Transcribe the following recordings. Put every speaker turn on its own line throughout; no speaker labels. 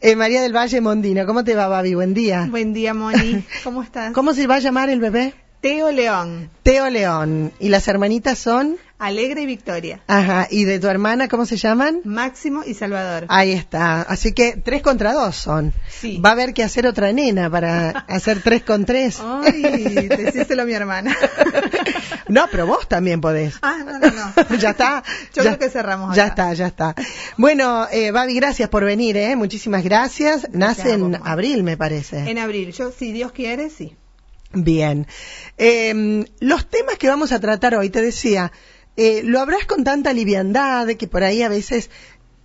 Eh, María del Valle Mondino, ¿cómo te va, Babi? Buen día.
Buen día, Moni. ¿Cómo estás?
Ah. ¿Cómo se va a llamar el bebé?
Teo León,
Teo León. ¿Y las hermanitas son?
Alegre y Victoria,
Ajá. ¿Y de tu hermana cómo se llaman?
Máximo y Salvador.
Ahí está. Así que tres contra dos son.
Sí.
Va a haber que hacer otra nena para hacer tres con tres.
Ay, decíselo a mi hermana.
No, pero vos también podés.
Ah, no, no, no.
ya está.
Yo
ya-
creo que cerramos
Ya
acá.
está, ya está. Bueno, eh, Babi, gracias por venir, ¿eh? Muchísimas gracias. Nace
a vos,
en
Mar.
abril, me parece.
En abril, yo, si Dios quiere, sí.
Bien. Eh, los temas que vamos a tratar hoy, te decía, eh, lo habrás con tanta liviandad que por ahí a veces,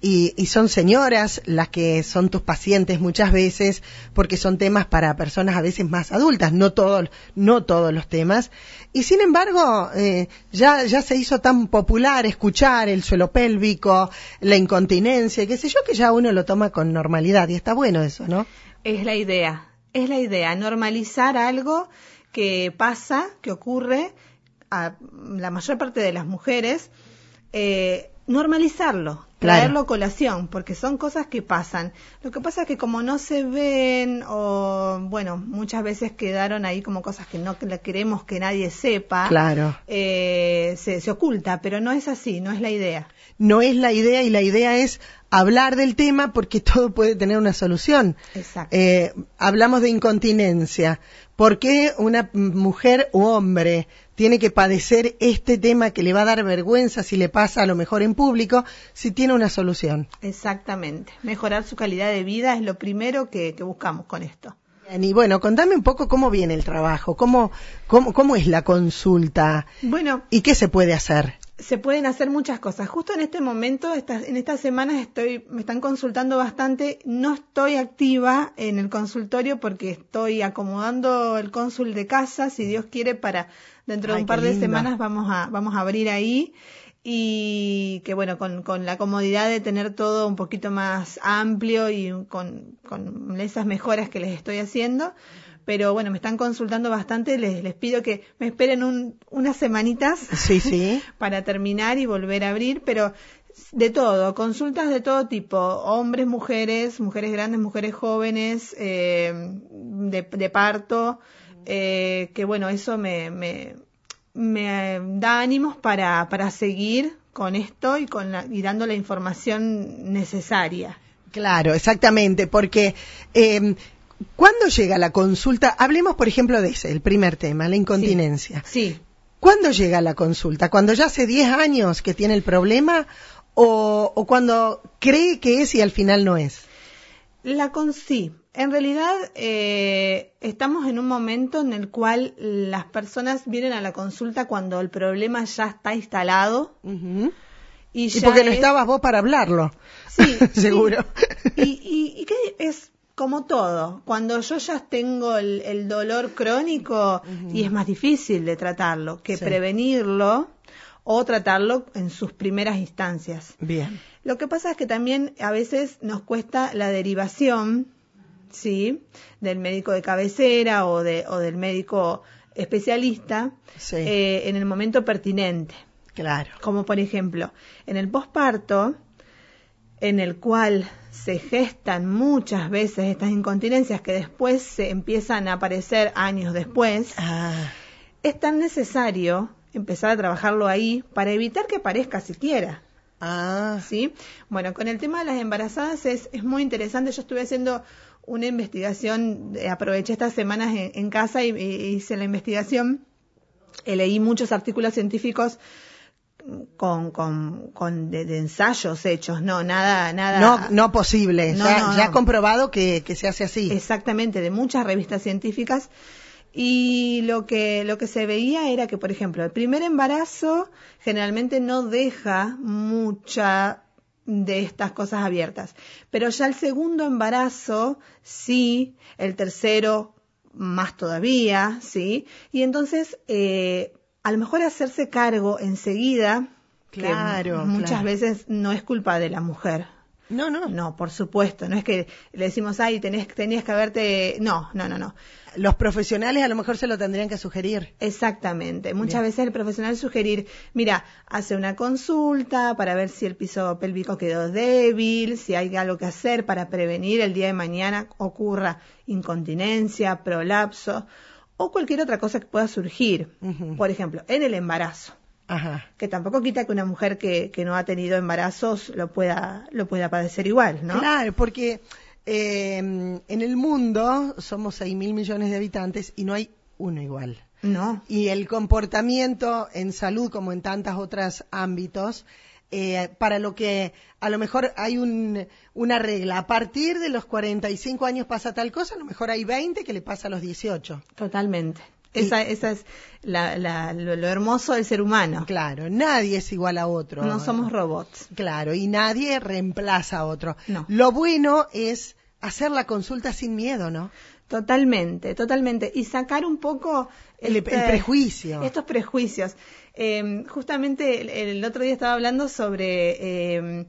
y, y son señoras las que son tus pacientes muchas veces, porque son temas para personas a veces más adultas, no todos, no todos los temas. Y sin embargo, eh, ya, ya se hizo tan popular escuchar el suelo pélvico, la incontinencia, qué sé yo, que ya uno lo toma con normalidad, y está bueno eso, ¿no?
Es la idea, es la idea, normalizar algo que pasa, que ocurre a la mayor parte de las mujeres, eh, normalizarlo, traerlo a colación, porque son cosas que pasan. Lo que pasa es que como no se ven o, bueno, muchas veces quedaron ahí como cosas que no que- queremos que nadie sepa,
Claro.
eh, se, se oculta, pero no es así, no es la idea.
no es la idea y la idea es hablar del tema porque todo puede tener una solución.
Exacto.
Eh, hablamos de incontinencia. ¿Por qué una m- mujer u hombre tiene que padecer este tema que le va a dar vergüenza si le pasa a lo mejor en público si tiene una solución?
Exactamente. Mejorar su calidad de vida es lo primero que- que buscamos con esto.
Bien, Y bueno, contame un poco cómo viene el trabajo, cómo, cómo, cómo es la consulta
Bueno,
y qué se puede hacer.
se pueden hacer muchas cosas. Justo en este momento, estas- en estas semanas estoy, me están consultando bastante. No estoy activa en el consultorio porque estoy acomodando el cónsul de casa, si Dios quiere, para dentro de
Ay,
un par
qué
de
lindo.
semanas vamos a, vamos a abrir ahí. Y que bueno, con, con la comodidad de tener todo un poquito más amplio y con, con esas mejoras que les estoy haciendo. Pero bueno, me están consultando bastante, les, les pido que me esperen un- unas semanitas
Sí, sí.
para terminar y volver a abrir, pero de todo, consultas de todo tipo, hombres, mujeres, mujeres grandes, mujeres jóvenes, eh, de, de parto, eh, que bueno, eso me, me, me da ánimos para, para seguir con esto y, con la- y dando la información necesaria.
Claro, exactamente, porque eh, cuando llega la consulta, hablemos por ejemplo de ese, el primer tema, la incontinencia.
Sí,
¿Cuándo llega la consulta? ¿Cuando ya hace 10 años que tiene el problema o, o cuando cree que es y al final no es?
La con sí. En realidad eh, estamos en un momento en el cual las personas vienen a la consulta cuando el problema ya está instalado y
Y
ya
porque no
es-
estabas vos para hablarlo.
Sí,
Seguro.
sí. Y, y, y que es como todo. Cuando yo ya tengo el, el dolor crónico y es más difícil de tratarlo que
Sí.
prevenirlo o tratarlo en sus primeras instancias.
Bien.
Lo que pasa es que también a veces nos cuesta la derivación, ¿sí? Del médico de cabecera o, de, o del médico especialista
Sí.
eh, en el momento pertinente.
Claro.
Como por ejemplo, en el posparto, en el cual se gestan muchas veces estas incontinencias que después se empiezan a aparecer años después
Ah,
es tan necesario empezar a trabajarlo ahí para evitar que aparezca siquiera.
ah,
¿sí? Bueno, con el tema de las embarazadas es, es muy interesante. Yo estuve haciendo una investigación, eh, aproveché estas semanas en, en casa y, y hice la investigación. Eh, leí muchos artículos científicos con, con, con de, de ensayos hechos, no, nada, nada.
No, no posible.
No,
ya,
no,
ya
no.
comprobado que, que se hace así.
Exactamente, de muchas revistas científicas. Y lo que, lo que se veía era que, por ejemplo, el primer embarazo generalmente no deja mucha de estas cosas abiertas. Pero ya el segundo embarazo, sí, el tercero más todavía, sí. Y entonces, eh, a lo mejor hacerse cargo enseguida, que
Claro,
muchas
claro.
veces no es culpa de la mujer
No, no.
No, por supuesto, no es que le decimos, ay, tenés, tenías que haberte... No, no, no, no.
Los profesionales a lo mejor se lo tendrían que sugerir.
Exactamente. Muchas veces el profesional sugerir, mira, hace una consulta para ver si el piso pélvico quedó débil, si hay algo que hacer para prevenir el día de mañana ocurra incontinencia, prolapso o cualquier otra cosa que pueda surgir.
Ujú.
Por ejemplo, en el embarazo
Ajá.
que tampoco quita que una mujer que, que no ha tenido embarazos lo pueda lo pueda padecer igual, ¿no?
Claro, porque eh, en el mundo somos 6 mil millones de habitantes y no hay uno igual.
No.
Y el comportamiento en salud, como en tantos otros ámbitos, eh, para lo que a lo mejor hay un- una regla, a partir de los 45 años pasa tal cosa, a lo mejor hay 20 que le pasa a los 18.
Totalmente. Esa, esa es la- la- lo, lo hermoso del ser humano.
Claro, nadie es igual a otro.
No somos robots.
Claro, y nadie reemplaza a otro.
No.
Lo bueno es hacer la consulta sin miedo, ¿no?
Totalmente, totalmente. Y sacar un poco este
El- el prejuicio.
Estos prejuicios. Eh, justamente el, el otro día estaba hablando sobre eh,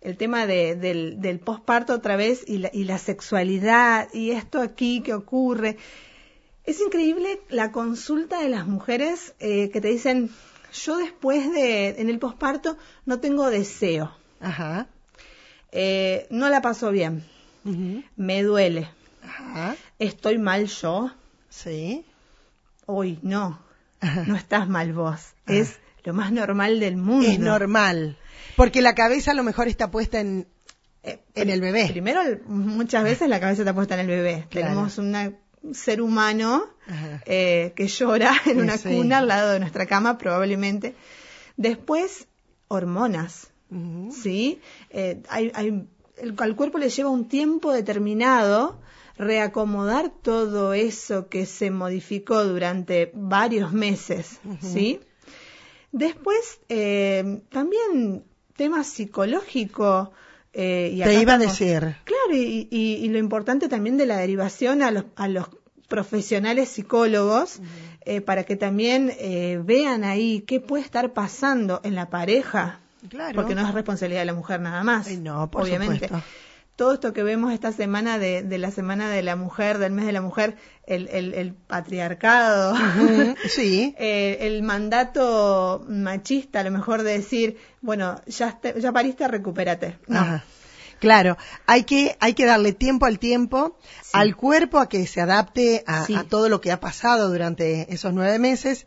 el tema de- del, del posparto otra vez y la, y la sexualidad y esto aquí que ocurre. Es increíble la consulta de las mujeres eh, que te dicen, yo después de, en el posparto no tengo deseo,
Ajá.
eh, no la paso bien,
Ujú.
me duele,
Ajá.
estoy mal yo,
Sí.
hoy no,
Ajá.
no estás mal vos. Es lo más normal del mundo.
Es normal. Porque la cabeza a lo mejor está puesta en,
Eh,
en el bebé.
primero, el- muchas veces la cabeza está puesta en el bebé.
Claro.
Tenemos una- un ser humano
Ajá.
eh, que llora en
Sí,
una
sí.
cuna al lado de nuestra cama, probablemente. Después, hormonas,
Ujú.
¿sí? Eh, hay- hay- el- al cuerpo le lleva un tiempo determinado reacomodar todo eso que se modificó durante varios meses, ¿sí? Después, eh, también tema psicológico. eh, y
Te
acá
iba a
estamos-
decir.
Claro, y, y- y lo importante también de la derivación a los, a los profesionales psicólogos eh, para que también eh, vean ahí qué puede estar pasando en la pareja,
Claro.
porque no es responsabilidad de la mujer nada más.
Ay, no, por
obviamente.
supuesto.
Todo esto que vemos esta semana de, de la semana de la mujer, del mes de la mujer, el, el- el patriarcado,
Ujú, Sí.
eh, el mandato machista, a lo mejor de decir, bueno, ya, est- ya pariste, recupérate. No,
Ajá. Claro, hay que, hay que darle tiempo al tiempo,
Sí.
al cuerpo a que se adapte a,
Sí.
a todo lo que ha pasado durante esos nueve meses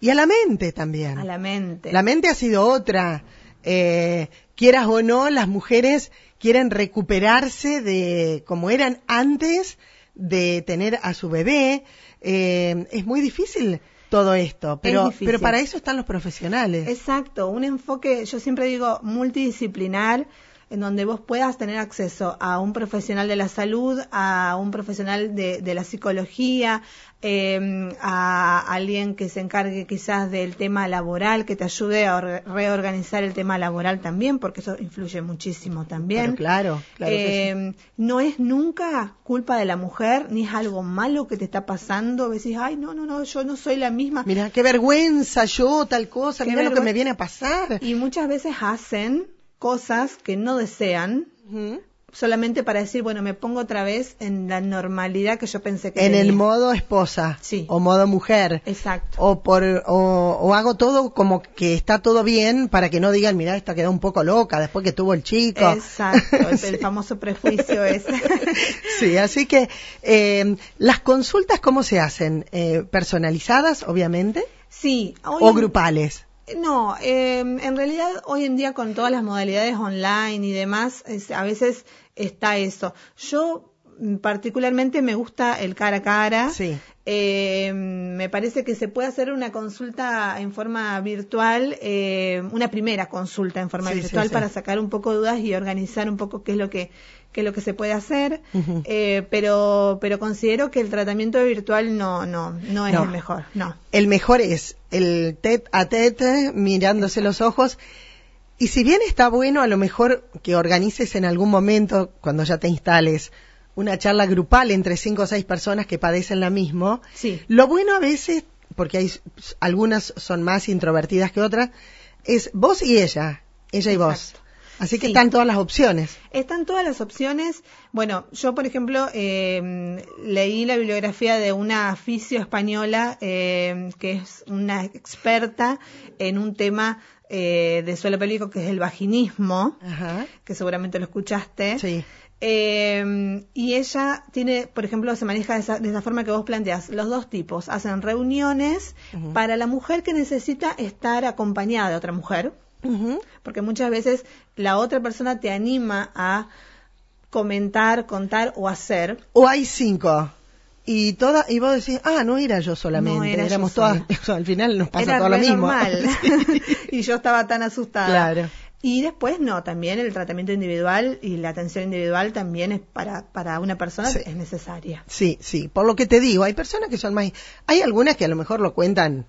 y a la mente también.
a la mente.
La mente ha sido otra. Eh, quieras o no, las mujeres quieren recuperarse de como eran antes de tener a su bebé. Eh, es muy difícil todo esto, pero,
difícil.
pero para eso están los profesionales.
Exacto, un enfoque, yo siempre digo, multidisciplinar, en donde vos puedas tener acceso a un profesional de la salud, a un profesional de, de la psicología, eh, a alguien que se encargue quizás del tema laboral, que te ayude a or- reorganizar el tema laboral también, porque eso influye muchísimo también.
Pero claro, claro que sí.
Eh, No es nunca culpa de la mujer, ni es algo malo que te está pasando. Decís, ay, no, no, no, yo no soy la misma.
Mira, qué vergüenza yo, tal cosa,
Qué
mira lo que
vergüenza.
me viene a pasar.
Y muchas veces hacen cosas que no desean
Ujú.
solamente para decir, bueno, me pongo otra vez en la normalidad que yo pensé que
En el
tenía.
modo esposa
Sí.
o modo mujer.
Exacto.
O, por, o, o hago todo como que está todo bien para que no digan, mira, esta quedó un poco loca después que tuvo el chico.
Exacto, el,
Sí.
el famoso prejuicio es.
Sí, así que eh, las consultas, ¿cómo se hacen? Eh, ¿Personalizadas, obviamente?
sí, hoy
¿O
en-
grupales?
No, eh, en realidad hoy en día con todas las modalidades online y demás, es- a veces está eso. Yo mm, particularmente me gusta el cara a cara.
Sí.
Eh, me parece que se puede hacer una consulta en forma virtual, eh, una primera consulta en forma
Sí, sí,
virtual
sí.
para sacar un poco dudas y organizar un poco qué es lo que qué es lo que se puede hacer,
Ujú.
Eh, pero pero considero que el tratamiento virtual no no no es
No.
el mejor, no.
El mejor es el tete a tete, mirándose los ojos. Y si bien está bueno, a lo mejor que organices en algún momento, cuando ya te instales, una charla grupal entre cinco o seis personas que padecen la mismo.
Sí.
Lo bueno a veces, porque hay algunas son más introvertidas que otras, es vos y ella, ella y vos.
Exacto.
Así que
Sí.
están todas las opciones.
Están todas las opciones. Bueno, yo, por ejemplo, eh, leí la bibliografía de una fisio española eh, que es una experta en un tema eh, de suelo pélvico que es el vaginismo,
Ajá.
que seguramente lo escuchaste.
Sí.
Eh, y ella tiene, por ejemplo, se maneja de esa, de esa forma que vos planteas. Los dos tipos hacen reuniones
Ujú.
para la mujer que necesita estar acompañada de otra mujer,
Ujú.
porque muchas veces la otra persona te anima a comentar, contar o hacer.
O hay cinco. Y toda, y vos decís, ah, no era yo solamente,
No era yo
éramos todas,
sola.
al final nos pasa
Era
todo lo
re
mismo.
normal. y yo estaba tan asustada.
Claro.
Y después no, también el tratamiento individual y la atención individual también es para, para una persona
Sí.
es necesaria.
Sí, sí, por lo que te digo, hay personas que son más... Hay algunas que a lo mejor lo cuentan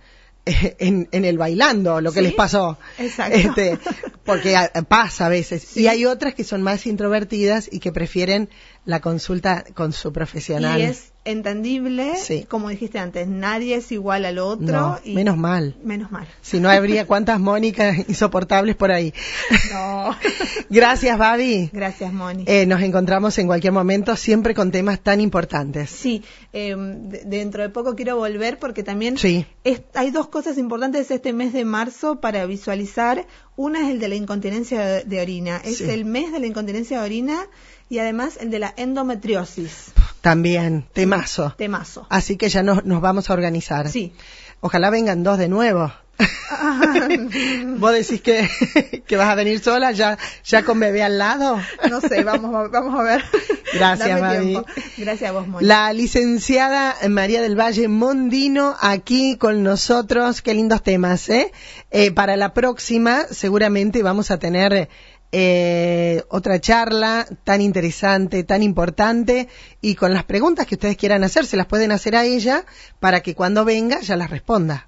eh, en, en el bailando, lo que
Sí,
les pasó.
exacto.
Este, porque a- pasa a veces.
Sí.
Y hay otras que son más introvertidas y que prefieren la consulta con su profesional.
Y es entendible,
Sí.
como dijiste antes, nadie es igual al otro.
No,
y
menos mal.
Menos mal.
Si no, habría cuántas Mónicas insoportables por ahí.
No.
Gracias, Babi.
Gracias, Moni.
Eh, nos encontramos en cualquier momento, siempre con temas tan importantes.
Sí, eh, de- dentro de poco quiero volver porque también
Sí.
es- hay dos cosas importantes este mes de marzo para visualizar. Una es el de la incontinencia de, de orina. Es
Sí.
el mes de la incontinencia de orina y además el de la endometriosis.
También, temazo.
Temazo.
Así que ya nos, nos vamos a organizar.
Sí.
Ojalá vengan dos de nuevo. Vos decís que, que vas a venir sola, ya, ya con bebé al lado.
No sé, vamos, a- vamos a ver.
Gracias,
Dame
Mari.
tiempo. Gracias a vos, Moni.
La licenciada María del Valle Mondino aquí con nosotros. Qué lindos temas, ¿eh? Eh, para la próxima seguramente vamos a tener eh, otra charla tan interesante, tan importante y con las preguntas que ustedes quieran hacer, se las pueden hacer a ella para que cuando venga ya las responda.